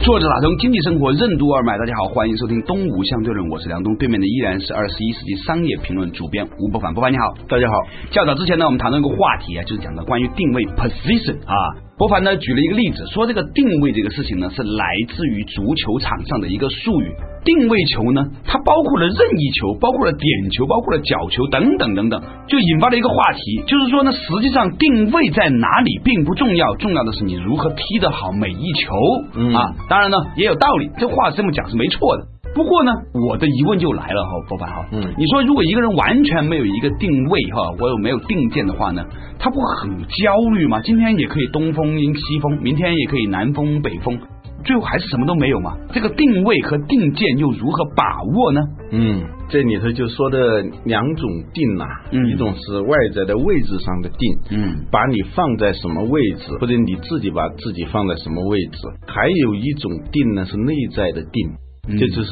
作者打通经济生活任督二脉，大家好，欢迎收听《东吴相对论》，我是梁东，对面的依然是二十一世纪商业评论主编吴伯凡，伯凡你好，大家好。较早之前呢，我们谈论过话题啊，就是讲到关于定位 position 啊，伯凡呢举了一个例子，说这个定位这个事情呢是来自于足球场上的一个术语。定位球呢，它包括了任意球，包括了点球，包括了角球等等等等，就引发了一个话题，就是说呢，实际上定位在哪里并不重要，重要的是你如何踢得好每一球、嗯啊。当然呢，也有道理，这话这么讲是没错的。不过呢，我的疑问就来了哈，伯凡哈，嗯你说如果一个人完全没有一个定位哈，我有没有定见的话呢，他不很焦虑吗？今天也可以东风迎西风，明天也可以南风北风，最后还是什么都没有嘛？这个定位和定见又如何把握呢？嗯，这里头就说的两种定呐、嗯一种是外在的位置上的定，嗯把你放在什么位置，或者你自己把自己放在什么位置；还有一种定呢是内在的定，嗯这就是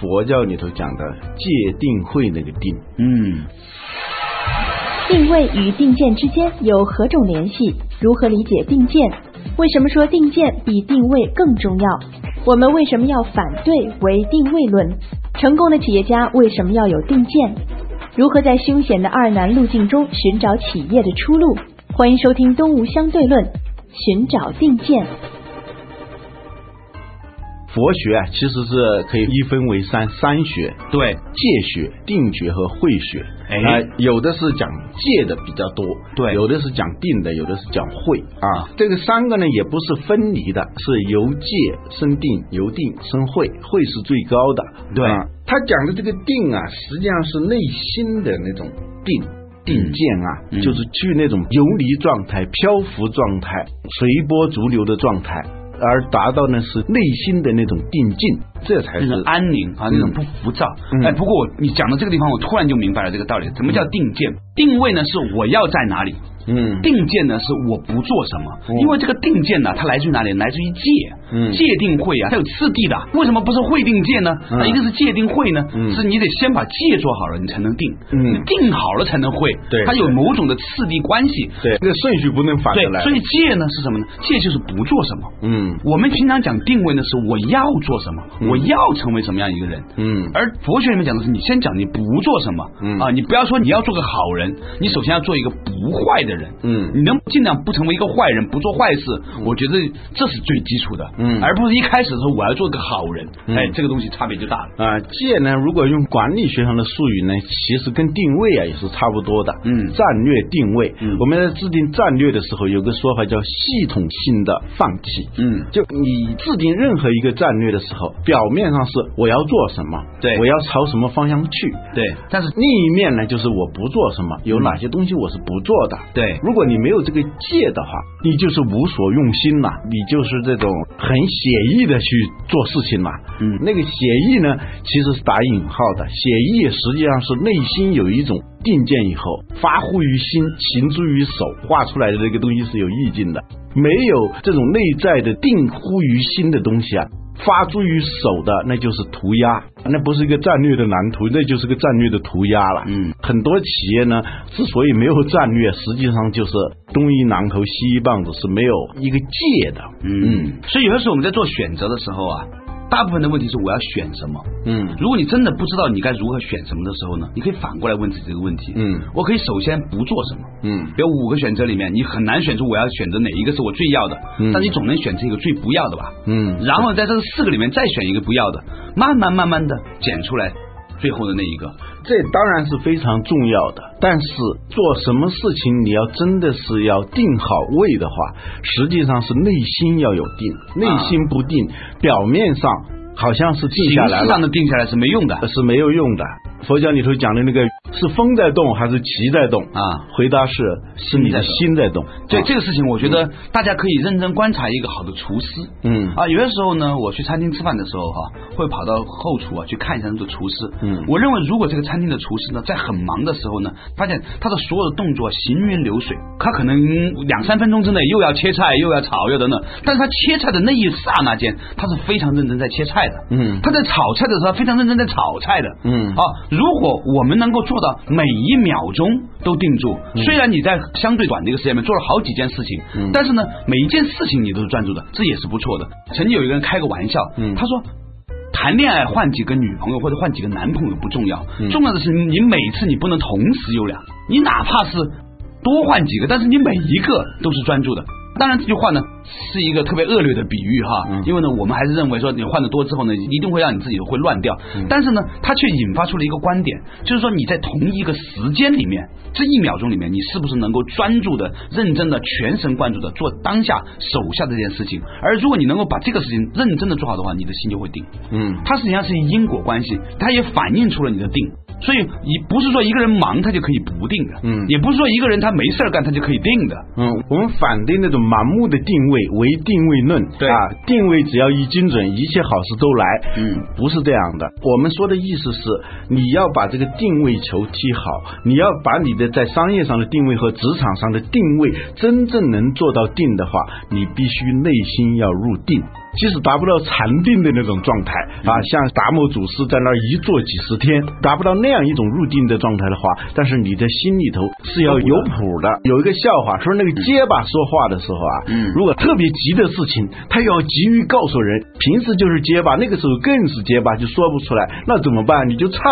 佛教里头讲的戒定慧那个定。嗯定位与定见之间有何种联系？如何理解定见？为什么说定见比定位更重要？我们为什么要反对唯定位论？成功的企业家为什么要有定见？如何在凶险的二难路径中寻找企业的出路？欢迎收听《东吴相对论》，寻找定见。佛学啊，其实是可以一分为三，三学。对，戒学、定学和慧学，哎啊有的是讲戒的比较多，对有的是讲定的，有的是讲慧啊。这个三个呢，也不是分离的，是由戒生定，由定生慧，慧是最高的。对啊他讲的这个定啊，实际上是内心的那种定。定见啊，嗯就是去那种游离状态、漂浮状态、随波逐流的状态，而达到呢是内心的那种定境，这才那是种安宁啊，那种不浮躁。嗯哎，不过我你讲到这个地方，我突然就明白了这个道理。什么叫定见？定位呢是我要在哪里，嗯定见呢是我不做什么，因为这个定见呢，它来自于哪里？来自于戒，哦嗯戒定慧啊，它有次第的。为什么不是慧定戒呢？嗯它一个是戒定慧呢，嗯是你得先把戒做好了，你才能定，嗯你定好了才能慧，对它有某种的次第关系。对，这个顺序不能反着对，来。所以戒呢是什么呢？戒就是不做什么。嗯我们平常讲定位呢，是我要做什么，嗯我要成为什么样一个人。嗯而佛学里面讲的是，你先讲你不做什么、嗯啊，你不要说你要做个好人，你首先要做一个不坏的人。嗯你能尽量不成为一个坏人，不做坏事，我觉得这是最基础的，嗯而不是一开始说我要做个好人，嗯哎，这个东西差别就大了。啊，戒呢，如果用管理学上的术语呢，其实跟定位啊也是差不多的。嗯战略定位，嗯我们在制定战略的时候，有个说法叫系统性的放弃。嗯就你制定任何一个战略的时候，表面上是我要做什么，对我要朝什么方向去，对，但是另一面呢，就是我不做什么，有哪些东西我是不做的。对如果你没有这个戒的话，你就是无所用心了，你就是这种很写意的去做事情了。嗯那个写意呢，其实是打引号的，写意实际上是内心有一种定见以后，发乎于心，行诸于手，画出来的这个东西是有意境的。没有这种内在的定乎于心的东西啊，发诸于手的那就是涂鸦，那不是一个战略的蓝图，那就是个战略的涂鸦了。嗯，很多企业呢，之所以没有战略，实际上就是东一榔头西一棒子，是没有一个界的。嗯，所以有的时候我们在做选择的时候啊，大部分的问题是我要选什么。嗯如果你真的不知道你该如何选什么的时候呢，你可以反过来问自己这个问题。嗯我可以首先不做什么。嗯比如五个选择里面，你很难选出我要选择哪一个是我最要的，嗯但你总能选出一个最不要的吧？嗯然后在这四个里面再选一个不要的，慢慢慢慢的减出来最后的那一个。这当然是非常重要的，但是做什么事情，你要真的是要定好位的话，实际上是内心要有定，内心不定，表面上好像是定下形来式了上，的定下来是没用的。啊是没有用的。佛教里头讲的那个是风在动还是旗在动啊？回答是是你的心在动。对啊这个事情，我觉得大家可以认真观察一个好的厨师。嗯啊，有些时候呢，我去餐厅吃饭的时候哈、会跑到后厨啊去看一下那个厨师。嗯我认为如果这个餐厅的厨师呢，在很忙的时候呢，发现他的所有的动作行云流水，他可能两三分钟之内又要切菜，又要炒，又等等，但是他切菜的那一刹那间，他是非常认真在切菜的。嗯他在炒菜的时候非常认真在炒菜的。嗯啊，如果我们能够做到每一秒钟都定住，虽然你在相对短的一个时间里面做了好几件事情，嗯但是呢，每一件事情你都是专注的，这也是不错的。曾经有一个人开个玩笑，嗯他说。谈恋爱换几个女朋友或者换几个男朋友不重要，重要的是你每次你不能同时有俩，你哪怕是多换几个，但是你每一个都是专注的。当然，这句话呢是一个特别恶劣的比喻哈，因为呢，我们还是认为说你换的多之后呢，一定会让你自己会乱掉。但是呢，它却引发出了一个观点，就是说你在同一个时间里面，这一秒钟里面，你是不是能够专注的、认真的、全神贯注的做当下手下这件事情？而如果你能够把这个事情认真的做好的话，你的心就会定。嗯它实际上是因果关系，它也反映出了你的定。所以，你不是说一个人忙他就可以不定的，嗯也不是说一个人他没事儿干他就可以定的，嗯，我们反对那种盲目的定位，唯定位论。对啊，定位只要一精准，一切好事都来。嗯，不是这样的。我们说的意思是，你要把这个定位球踢好，你要把你的在商业上的定位和职场上的定位真正能做到定的话，你必须内心要入定。即使达不到禅定的那种状态啊，像达摩祖师在那儿一坐几十天，达不到那样一种入定的状态的话，但是你的心里头是要有谱的。有一个笑话说，那个结巴说话的时候啊，嗯如果特别急的事情，他又要急于告诉人，平时就是结巴，那个时候更是结巴，就说不出来，那怎么办？你 就唱，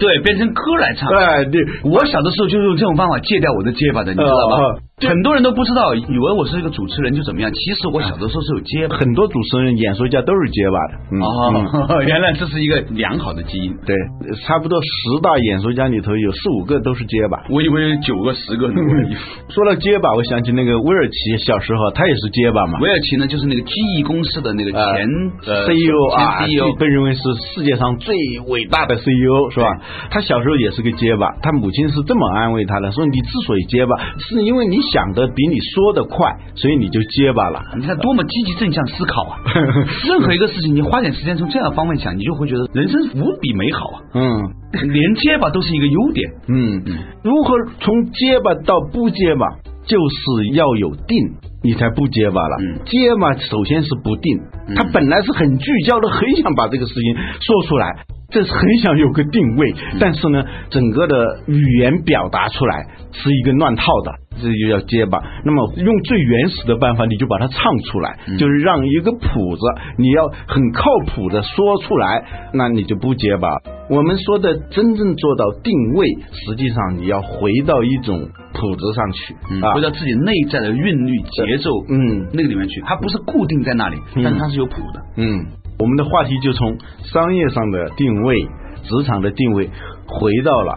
对，变成歌来唱。哎，对，我小的时候就用这种方法戒掉我的结巴的，你知道吧呃呃？对很多人都不知道，以为我是一个主持人就怎么样，其实我小的时候是有结巴的。很多主持人、演说家都是结巴的。嗯、嗯哦， 原来这是一个良好的基因，对，差不多十大演说家里头有四五个都是结巴。我以为有九个十个呢。我 以为说到结巴，我想起那个威尔奇小时候，他也是结巴嘛。韦尔奇呢，就是那个记忆公司的那个呃前呃 CEO 前啊， CEO 被认为是世界上最伟大的 CEO 是吧？他小时候也是个结巴，他母亲是这么安慰他的，说你之所以结巴，是因为你想的比你说的快，所以你就结巴了。你看多么积极正向思考 啊！任何一个事情，你花点时间从这样的方面想，你就会觉得人生无比美好 啊！嗯连结巴都是一个优点。嗯，如何从结巴到不结巴，就是要有定。你才不结巴了，嗯结巴首先是不定，嗯他本来是很聚焦的，很想把这个事情说出来，这是很想有个定位，但是呢，整个的语言表达出来是一个乱套的，这就叫结巴。那么用最原始的办法，你就把它唱出来，就是让一个谱子，你要很靠谱的说出来，那你就不结巴。我们说的真正做到定位，实际上你要回到一种谱子上去、啊，回到自己内在的韵律、节奏，嗯那个里面去，它不是固定在那里，嗯但是它是有谱的。嗯，我们的话题就从商业上的定位、职场的定位，回到了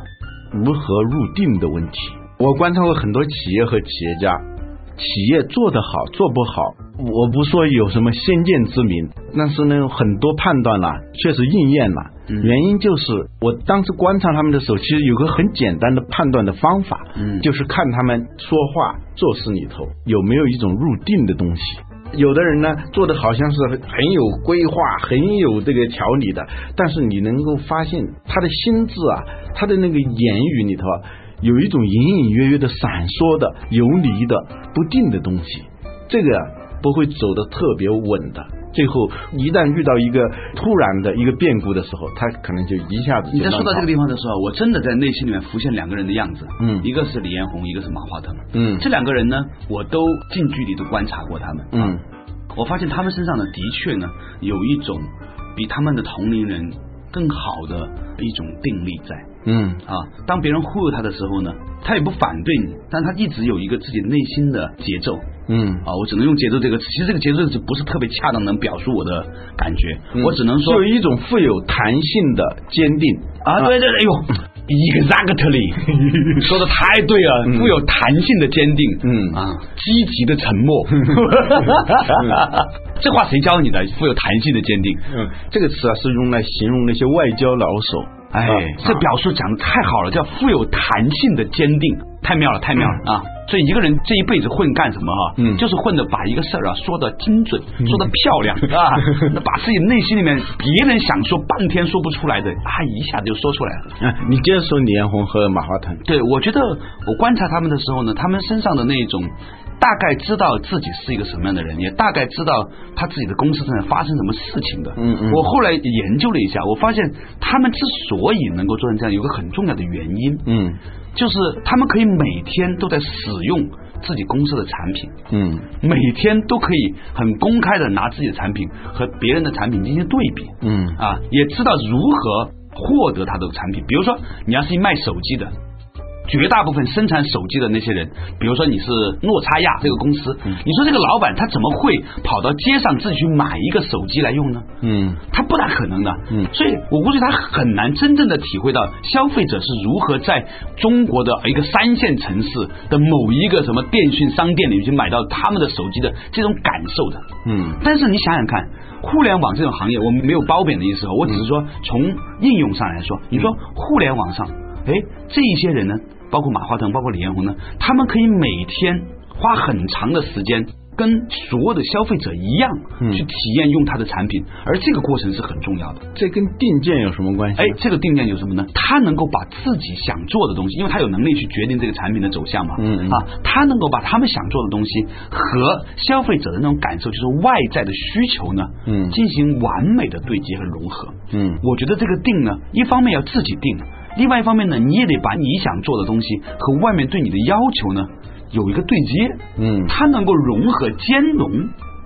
如何入定的问题。我观察过很多企业和企业家，企业做得好做不好，我不说有什么先见之明，但是呢，很多判断啦，确实应验了。嗯原因就是我当时观察他们的时候，其实有个很简单的判断的方法，嗯就是看他们说话做事里头有没有一种入定的东西。有的人呢做的好像是很很有规划、很有这个条理的，但是你能够发现他的心智啊，他的那个言语里头啊，有一种隐隐约约的闪烁的、游离的、不定的东西。这个不会走的特别稳的。最后，一旦遇到一个突然的一个变故的时候，他可能就一下子就你在说到这乱套个地方的时候，我真的在内心里面浮现两个人的样子，嗯一个是李彦宏，一个是马化腾。嗯这两个人呢，我都近距离的观察过他们，嗯我发现他们身上呢，的确呢，有一种比他们的同龄人更好的一种定力在。嗯啊，当别人忽悠他的时候呢，他也不反对你，但他一直有一个自己内心的节奏嗯，啊。我只能用节奏这个词，其实这个节奏是不是特别恰当能表述我的感觉？嗯我只能说有一种富有弹性的坚定。啊，对对对，哎呦，exactly，说的太对了，嗯富有弹性的坚定，嗯啊，积极的沉 默， 这嗯话谁教你的？富有弹性的坚定，嗯，这个词啊是用来形容那些外交老手哎啊，这表述讲的太好了，叫富有弹性的坚定，太妙了，太妙了啊！所以一个人这一辈子混干什么啊？嗯就是混着把一个事儿啊说的精准，说的漂 亮啊，那把自己内心里面别人想说半天说不出来的啊，一下子就说出来了。啊，你接着说李彦宏和马化腾。对，我觉得我观察他们的时候呢，他们身上的那一种大概知道自己是一个什么样的人，也大概知道他自己的公司正在发生什么事情的。嗯嗯我后来研究了一下，我发现他们之所以能够做成这样，有个很重要的原因，嗯就是他们可以每天都在使用自己公司的产品。嗯每天都可以很公开的拿自己的产品和别人的产品进行对比，嗯啊，也知道如何获得他的产品。比如说，你要是卖手机的。绝大部分生产手机的那些人，比如说你是诺查亚这个公司，你说这个老板他怎么会跑到街上自己去买一个手机来用呢？嗯他不大可能的。嗯所以我估计他很难真正的体会到消费者是如何在中国的一个三线城市的某一个什么电讯商店里去买到他们的手机的这种感受的。嗯但是你想想看，互联网这种行业，我们没有褒贬的意思哦，我只是说从应用上来说，你说互联网上，哎，这一些人呢，包括马化腾，包括李彦宏呢，他们可以每天花很长的时间。跟所有的消费者一样，嗯去体验用他的产品，而这个过程是很重要的。这跟定见有什么关系？哎，，这个定见有什么呢？他能够把自己想做的东西，因为他有能力去决定这个产品的走向嘛，嗯嗯啊，他能够把他们想做的东西和消费者的那种感受，就是外在的需求呢，嗯进行完美的对接和融合。嗯我觉得这个定呢，一方面要自己定，另外一方面呢，你也得把你想做的东西和外面对你的要求呢有一个对接，嗯它能够融合兼容。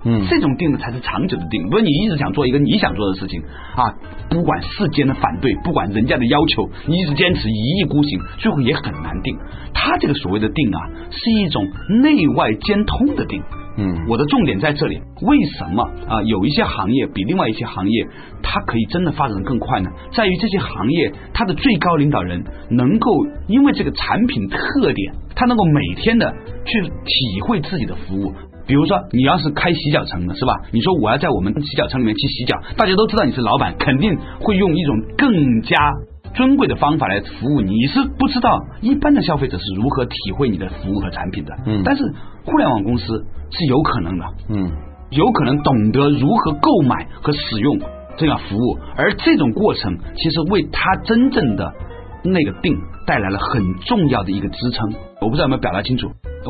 嗯这种定呢才是长久的定。不是你一直想做一个你想做的事情啊，不管世间的反对，不管人家的要求，你一直坚持一意孤行，最后也很难定。他这个所谓的定啊，是一种内外兼通的定。嗯我的重点在这里，为什么啊、有一些行业比另外一些行业它可以真的发展得更快呢？在于这些行业它的最高领导人能够因为这个产品特点，他能够每天的去体会自己的服务。比如说，你要是开洗脚城的是吧？你说我要在我们洗脚城里面去洗脚，大家都知道你是老板，肯定会用一种更加尊贵的方法来服务你。你是不知道一般的消费者是如何体会你的服务和产品的。嗯但是互联网公司是有可能的，嗯有可能懂得如何购买和使用这样服务，而这种过程其实为他真正的那个定带来了很重要的一个支撑。我不知道有没有表达清楚。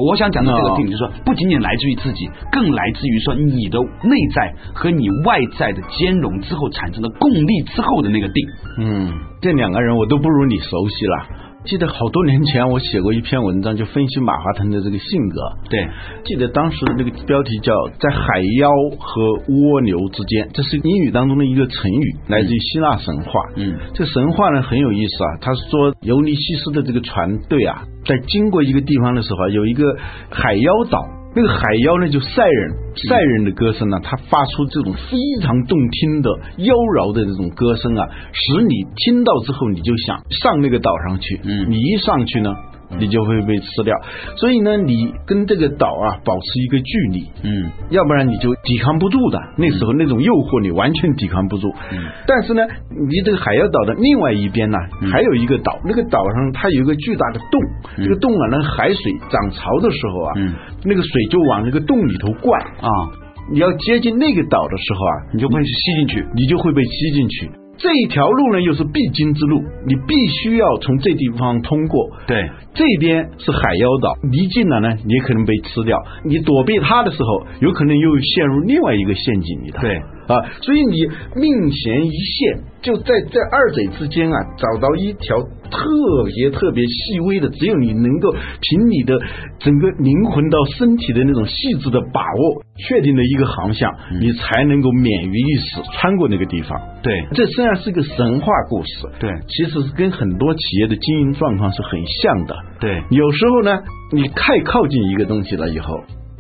我想讲的这个定，就是说，不仅仅来自于自己，更来自于说你的内在和你外在的兼容之后产生的共力之后的那个定。嗯，这两个人我都不如你熟悉了。记得好多年前我写过一篇文章，就分析马化腾的这个性格。对，记得当时那个标题叫“在海妖和蜗牛之间”，这是英语当中的一个成语，来自于希腊神话。嗯这神话呢很有意思啊，他说尤尼西斯的这个船队啊，在经过一个地方的时候啊，有一个海妖岛。那个海妖呢，就赛人，赛人的歌声呢、啊他发出这种非常动听的妖娆的这种歌声啊，使你听到之后，你就想上那个岛上去。嗯你一上去呢，你就会被吃掉。所以呢，你跟这个岛啊保持一个距离，嗯要不然你就抵抗不住的。那时候那种诱惑你完全抵抗不住。但是呢，离这个海妖岛的另外一边呢，还有一个岛，那个岛上它有一个巨大的洞，这个洞啊，那海水涨潮的时候啊，嗯那个水就往那个洞里头灌。啊，你要接近那个岛的时候啊，你就会吸进去。你就会被吸进去。这一条路呢，又是必经之路，你必须要从这地方通过。对，这边是海妖岛，离近了呢，你也可能被吃掉。你躲避它的时候，有可能又陷入另外一个陷阱里头。对啊，所以你命悬一线，就在这二者之间啊，找到一条特别特别细微的，只有你能够凭你的整个灵魂到身体的那种细致的把握，确定的一个航向，你才能够免于一死，穿过那个地方。嗯对，这虽然是个神话故事，对其实是跟很多企业的经营状况是很像的。对，有时候呢，你太靠近一个东西了以后，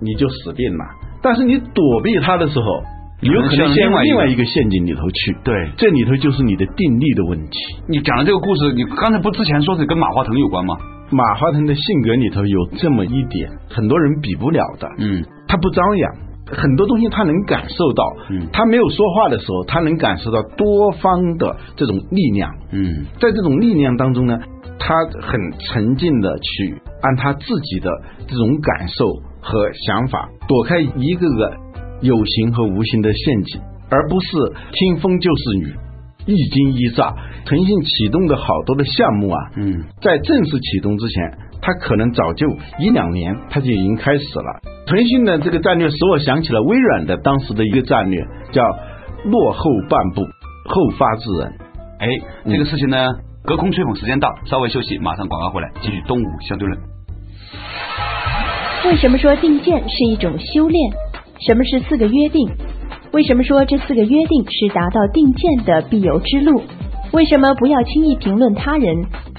你就死定了；但是你躲避它的时候，你有可能陷入另外一个陷阱里头去。对这里头就是你的定力的问题。你讲的这个故事，你刚才不之前说是跟马化腾有关吗？马化腾的性格里头有这么一点，很多人比不了的。嗯他不张扬，很多东西他能感受到，嗯他没有说话的时候，他能感受到多方的这种力量，嗯在这种力量当中呢，他很沉静的去按他自己的这种感受和想法，躲开一个个有形和无形的陷阱，而不是听风就是雨。一惊一乍，腾讯启动的好多的项目啊，嗯在正式启动之前，它可能早就一两年它就已经开始了。腾讯的这个战略使我想起了微软的当时的一个战略，叫落后半步，后发制人。哎，这个事情呢，隔空吹捧时间到，稍微休息，马上广告回来，继续东吴相对论。为什么说定见是一种修炼？什么是四个约定？为什么说这四个约定是达到定见的必由之路？为什么不要轻易评论他人？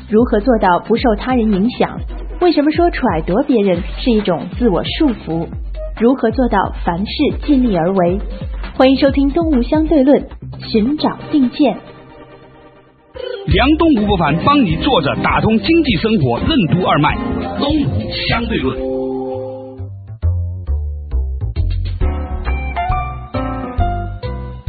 如何做到不受他人影响？为什么说揣度别人是一种自我束缚？如何做到凡事尽力而为？欢迎收听《东吴相对论》，寻找定见。梁东吴不凡帮你坐着打通经济生活任督二脉，东吴相对论。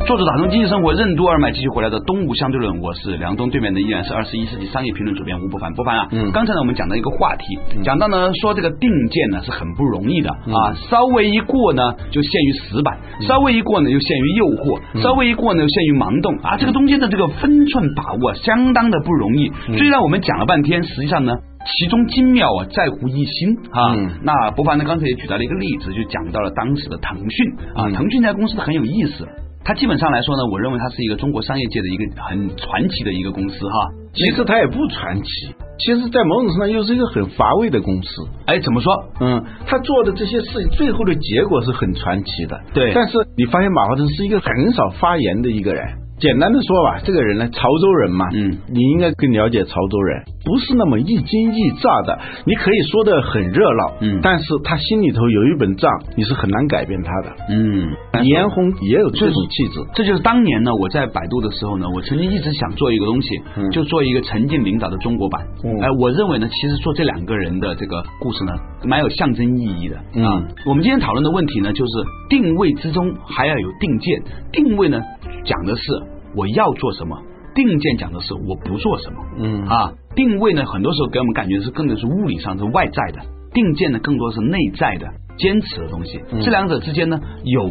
作者打通经济生活任督二脉，继续回来的东吴相对论，我是梁东，对面的依然是二十一世纪商业评论主编吴伯凡。伯凡啊，嗯刚才呢我们讲到一个话题，讲到呢说这个定见呢是很不容易的、嗯啊，稍微一过呢就陷于死板，稍微一过呢又陷于诱惑，嗯稍微一过呢又陷于盲动啊，这个中间的这个分寸把握相当的不容易。嗯虽然我们讲了半天，实际上呢。其中精妙啊，在乎一心啊。嗯那博凡呢，刚才也举到了一个例子，就讲到了当时的腾讯啊。嗯腾讯这家公司很有意思，它基本上来说呢，我认为它是一个中国商业界的一个很传奇的一个公司哈。其实它也不传奇，其实，在某种程度上又是一个很乏味的公司。哎，怎么说？嗯，他做的这些事情，最后的结果是很传奇的。对但是你发现马化腾是一个很少发言的一个人。简单的说吧，这个人呢，潮州人嘛，嗯，你应该更了解潮州人，不是那么一惊一乍的。你可以说的很热闹，嗯但是他心里头有一本账，你是很难改变他的。嗯，严宏也有这种气质，这就是当年呢，我在百度的时候呢，我曾经一直想做一个东西，嗯就做一个陈静领导的中国版。哎、嗯我认为呢，其实做这两个人的这个故事呢，蛮有象征意义的。嗯啊，我们今天讨论的问题呢，就是定位之中还要有定见。定位呢，讲的是我要做什么。定见讲的是我不做什么，嗯啊，定位呢，很多时候给我们感觉是更多是物理上是外在的，定见呢更多是内在的坚持的东西。嗯这两者之间呢有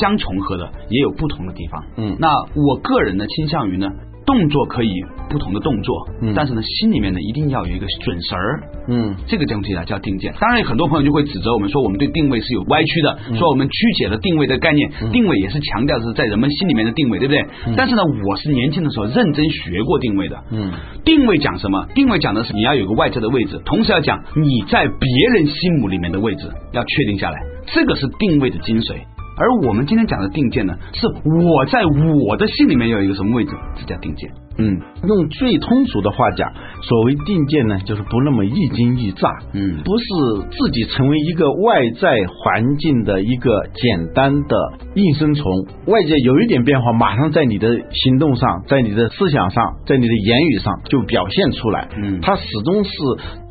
相重合的，也有不同的地方。嗯那我个人呢倾向于呢。动作可以不同的动作，嗯但是呢，心里面呢一定要有一个准绳儿，嗯，这个东西啊呢叫定见。当然，有很多朋友就会指责我们说，我们对定位是有歪曲的，说我们曲解了定位的概念。定位也是强调的是在人们心里面的定位，对不对？但是呢，我是年轻的时候认真学过定位的。嗯，定位讲什么？定位讲的是你要有个外在的位置，同时要讲你在别人心目里面的位置要确定下来，这个是定位的精髓。而我们今天讲的定见呢，是我在我的心里面要有一个什么位置，这叫定见。嗯，用最通俗的话讲，所谓定见呢，就是不那么一惊一乍，嗯不是自己成为一个外在环境的一个简单的应声虫，外界有一点变化，马上在你的行动上，在你的思想上，在你的言语上就表现出来，嗯它始终是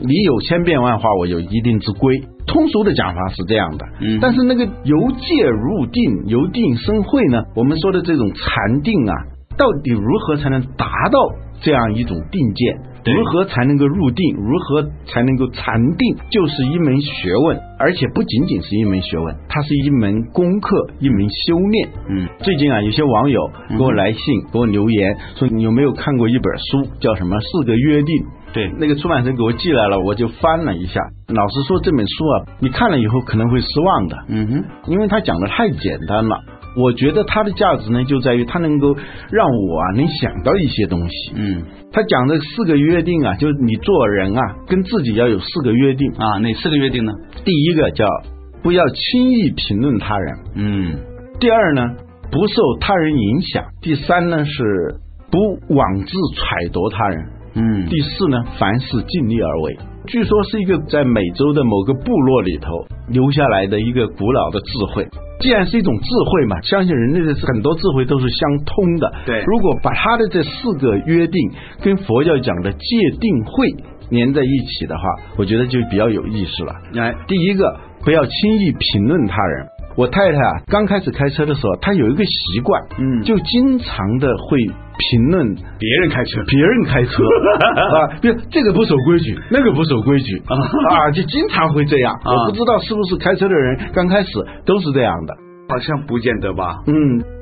你有千变万化，我有一定之规。通俗的讲法是这样的，嗯但是那个由戒入定，由定生慧呢，我们说的这种禅定啊，到底如何才能达到这样一种定见？对如何才能够入定？如何才能够禅定？就是一门学问，而且不仅仅是一门学问，它是一门功课，一门修炼。嗯，最近啊，有些网友给我来信，给我留言说，你有没有看过一本书，叫什么《四个约定》？对那个出版社给我寄来了，我就翻了一下。老实说，这本书啊，你看了以后可能会失望的，嗯哼，因为它讲的太简单了。我觉得它的价值呢，就在于它能够让我啊能想到一些东西。嗯他讲的四个约定啊，就是你做人啊，跟自己要有四个约定。啊，哪四个约定呢？第一个叫不要轻易评论他人，嗯第二呢，不受他人影响；第三呢是不妄自揣度他人；嗯第四呢，凡事尽力而为。据说是一个在美洲的某个部落里头留下来的一个古老的智慧。既然是一种智慧嘛，相信人类的很多智慧都是相通的。对如果把他的这四个约定跟佛教讲的戒定慧连在一起的话，我觉得就比较有意思了。哎，第一个，不要轻易评论他人。我太太啊，刚开始开车的时候，她有一个习惯，嗯就经常的会评论别人开车，别人开车 啊，比如这个不守规 矩，那个不守规矩 啊，就经常会这样。啊我不知道是不是开车的人刚开始都是这样的。好像不见得吧？嗯，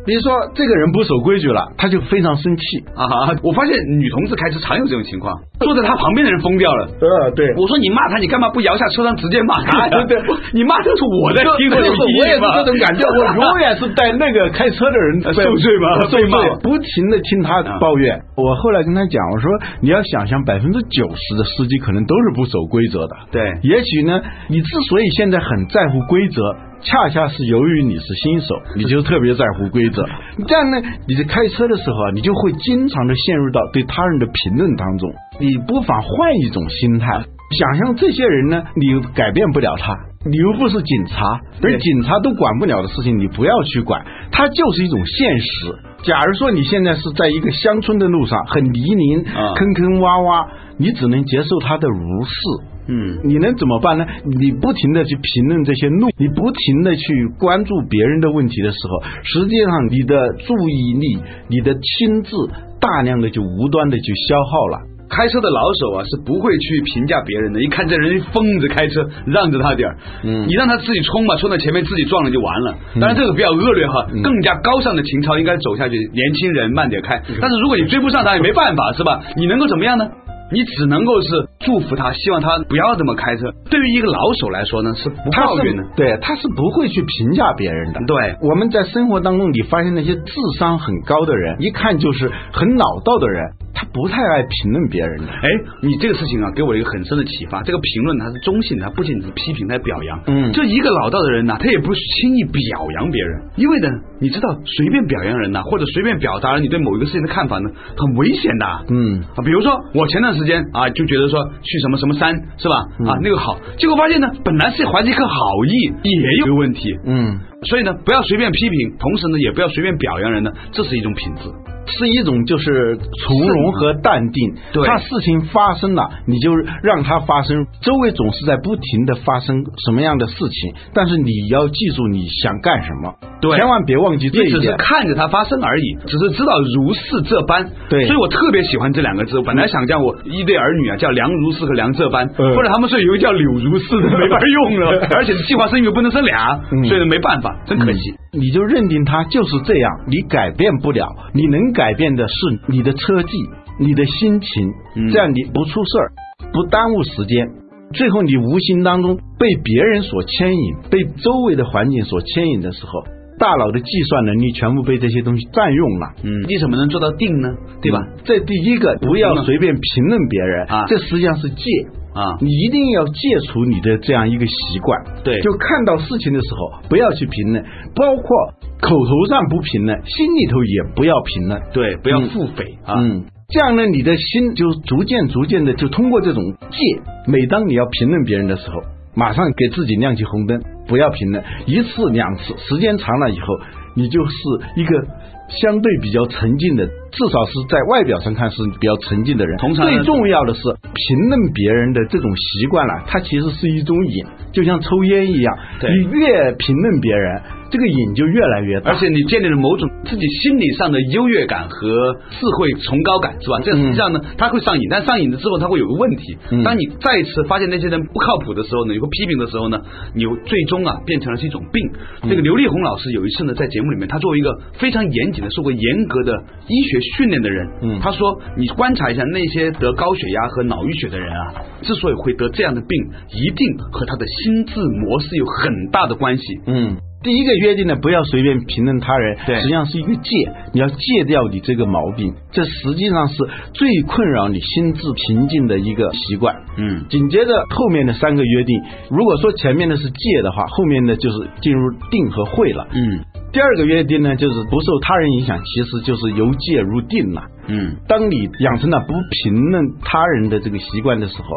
比如说这个人不守规矩了，他就非常生气。啊，我发现女同志开车常有这种情况，坐在她旁边的人疯掉了。呃，对我说你骂他，你干嘛不摇下车窗直接骂 他？对对，你骂的是我在听，对，我也是这种感觉，我 永永远是带那个开车的人受罪吗受被骂啊罪，不停的听他抱怨。我后来跟他讲，我说你要想象百分之九十的司机可能都是不守规则的。 对也许呢，你之所以现在很在乎规则。恰恰是由于你是新 手，你就特别在乎规则。这样呢，你在开车的时候啊，你就会经常的陷入到对他人的评论当中。你不妨换一种心态，想象这些人呢，你又改变不了他，你又不是警察，而对警察都管不了的事情，你不要去管，它就是一种现实。假如说你现在是在一个乡村的路上，很泥泞、啊坑坑洼洼，你只能接受它的如是。嗯，你能怎么办呢？你不停的去评论这些路，你不停的去关注别人的问题的时候，实际上你的注意力、你的心智，大量的就无端的去消耗了。开车的老手啊是不会去评价别人的，一看这人疯子开车，让着他点儿，嗯你让他自己冲吧，冲到前面自己撞了就完了。当然这个比较恶劣哈，更加高尚的情操应该走下去，年轻人慢点开。但是如果你追不上他也没办法是吧？你能够怎么样呢？你只能够是祝福他，希望他不要这么开车。对于一个老手来说呢，是不他抱是怨的。对，他是不会去评价别人的。对，我们在生活当中，你发现那些智商很高的人，一看就是很老道的人，他不太爱评论别人的。哎，你这个事情啊，给我一个很深的启发。这个评论它是中性的，它不仅是批评，它也表扬。嗯就一个老道的人呢、他也不轻易表扬别人，因为呢，你知道，随便表扬人呐、或者随便表达了你对某一个事情的看法呢，很危险的。嗯啊，比如说我前段时间啊，就觉得说去什么什么山是吧？啊，嗯那个好，结果发现呢，本来是怀着一颗好意，也有问题。嗯，所以呢，不要随便批评，同时呢，也不要随便表扬人呢，这是一种品质。是一种就是从容和淡定。对他事情发生了，你就让它发生。周围总是在不停的发生什么样的事情，但是你要记住你想干什么，对千万别忘记这你一只是点。看着它发生而已，只是知道如是这般。对所以我特别喜欢这两个字。我本来想叫我一对儿女啊，叫梁如是和梁这般，嗯后来他们说有一个叫柳如是的，没法用 了，而且计划生育又不能生俩，嗯所以没办法，真可惜。你就认定它就是这样，你改变不了，你能改变的是你的车技、你的心情，嗯这样你不出事儿，不耽误时间。最后你无形当中被别人所牵引，被周围的环境所牵引的时候，大脑的计算能力全部被这些东西占用了。嗯，你怎么能做到定呢？对吧？？这第一个，不要随便评论别人嗯啊这实际上是戒。啊你一定要戒除你的这样一个习惯，对就看到事情的时候不要去评论，包括口头上不评论，心里头也不要评论，对，不要嗯腹诽啊。嗯，这样呢，你的心就逐渐逐渐的就通过这种戒，每当你要评论别人的时候，马上给自己亮起红灯，不要评论一次两次，时间长了以后，你就是一个相对比较沉静的，至少是在外表上看是比较沉静的人。通常呢最重要的是评论别人的这种习惯了、它其实是一种瘾，就像抽烟一样，对你越评论别人，这个瘾就越来越大。而且你建立了某种自己心理上的优越感和智慧崇高感，是吧？这样实际上呢，它会上瘾，但上瘾了之后，它会有个问题。嗯当你再一次发现那些人不靠谱的时候呢，有个批评的时候呢，你最终啊变成了是一种病。这个刘立红老师有一次呢，在节目里面，他作为一个非常严谨的、受过严格的医学训练的人，嗯他说你观察一下那些得高血压和脑淤血的人啊，之所以会得这样的病，一定和他的心智模式有很大的关系。嗯，第一个约定呢，不要随便评论他人，对实际上是一个戒，你要戒掉你这个毛病，这实际上是最困扰你心智平静的一个习惯。嗯紧接着后面的三个约定，如果说前面的是戒的话，后面的就是进入定和慧了。嗯第二个约定呢，就是不受他人影响，其实就是由戒入定了。嗯。当你养成了不评论他人的这个习惯的时候，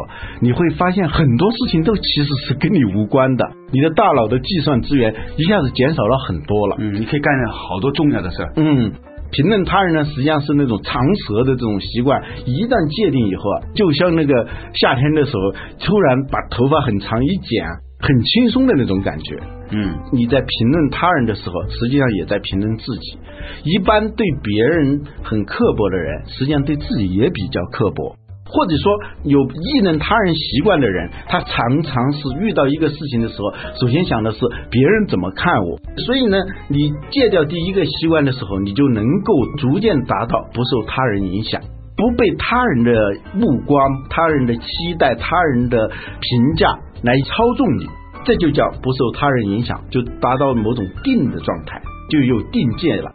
你会发现很多事情都其实是跟你无关的，你的大脑的计算资源一下子减少了很多了。嗯，你可以干好多重要的事儿。嗯，评论他人呢，实际上是那种长舌的这种习惯，一旦界定以后啊，就像那个夏天的时候，突然把头发很长一剪。很轻松的那种感觉。嗯，你在评论他人的时候，实际上也在评论自己。一般对别人很刻薄的人，实际上对自己也比较刻薄。或者说有异能他人习惯的人，他常常是遇到一个事情的时候，首先想的是别人怎么看我。所以呢，你戒掉第一个习惯的时候，你就能够逐渐达到不受他人影响。不被他人的目光、他人的期待、他人的评价来操纵你，这就叫不受他人影响，就达到某种定的状态，就有定界了。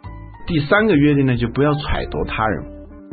第三个约定呢，就不要揣度他人。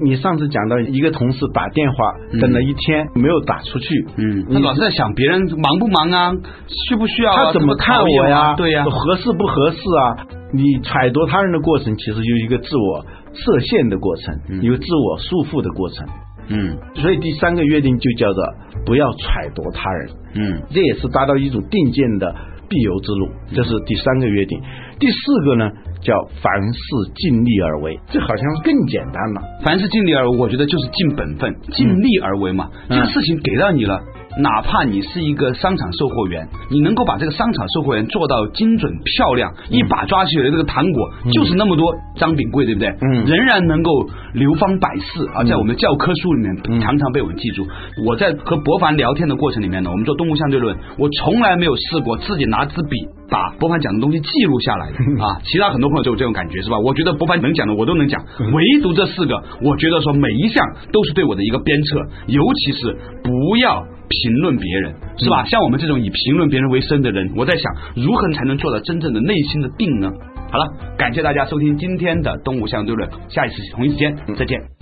你上次讲到一个同事打电话嗯等了一天没有打出去，嗯，你他老是在想别人忙不忙啊，需不需要啊、他怎么看讨厌我啊呀？对呀、合适不合适啊？你揣度他人的过程，其实有一个自我设限的过程，嗯有自我束缚的过程。嗯所以第三个约定就叫做不要揣度他人，嗯这也是达到一种定见的必由之路，这是第三个约定。第四个呢，叫凡事尽力而为，这好像更简单了。凡事尽力而为，我觉得就是尽本分，尽力而为嘛。嗯这个事情给到你了，哪怕你是一个商场售货员，你能够把这个商场售货员做到精准漂亮，嗯一把抓起来的这个糖果、就是那么多张饼贵，对不对？嗯仍然能够流芳百世啊，在我们的教科书里面、常常被我们记住。我在和博凡聊天的过程里面呢，我们做动物相对论，我从来没有试过自己拿支笔。把博凡讲的东西记录下来的啊，其他很多朋友都有这种感觉是吧？我觉得博凡能讲的我都能讲，唯独这四个，我觉得说每一项都是对我的一个鞭策，尤其是不要评论别人，是吧？像我们这种以评论别人为生的人，我在想如何才能做到真正的内心的定呢？好了，感谢大家收听今天的《东吴相对论》，下一次同一时间再见。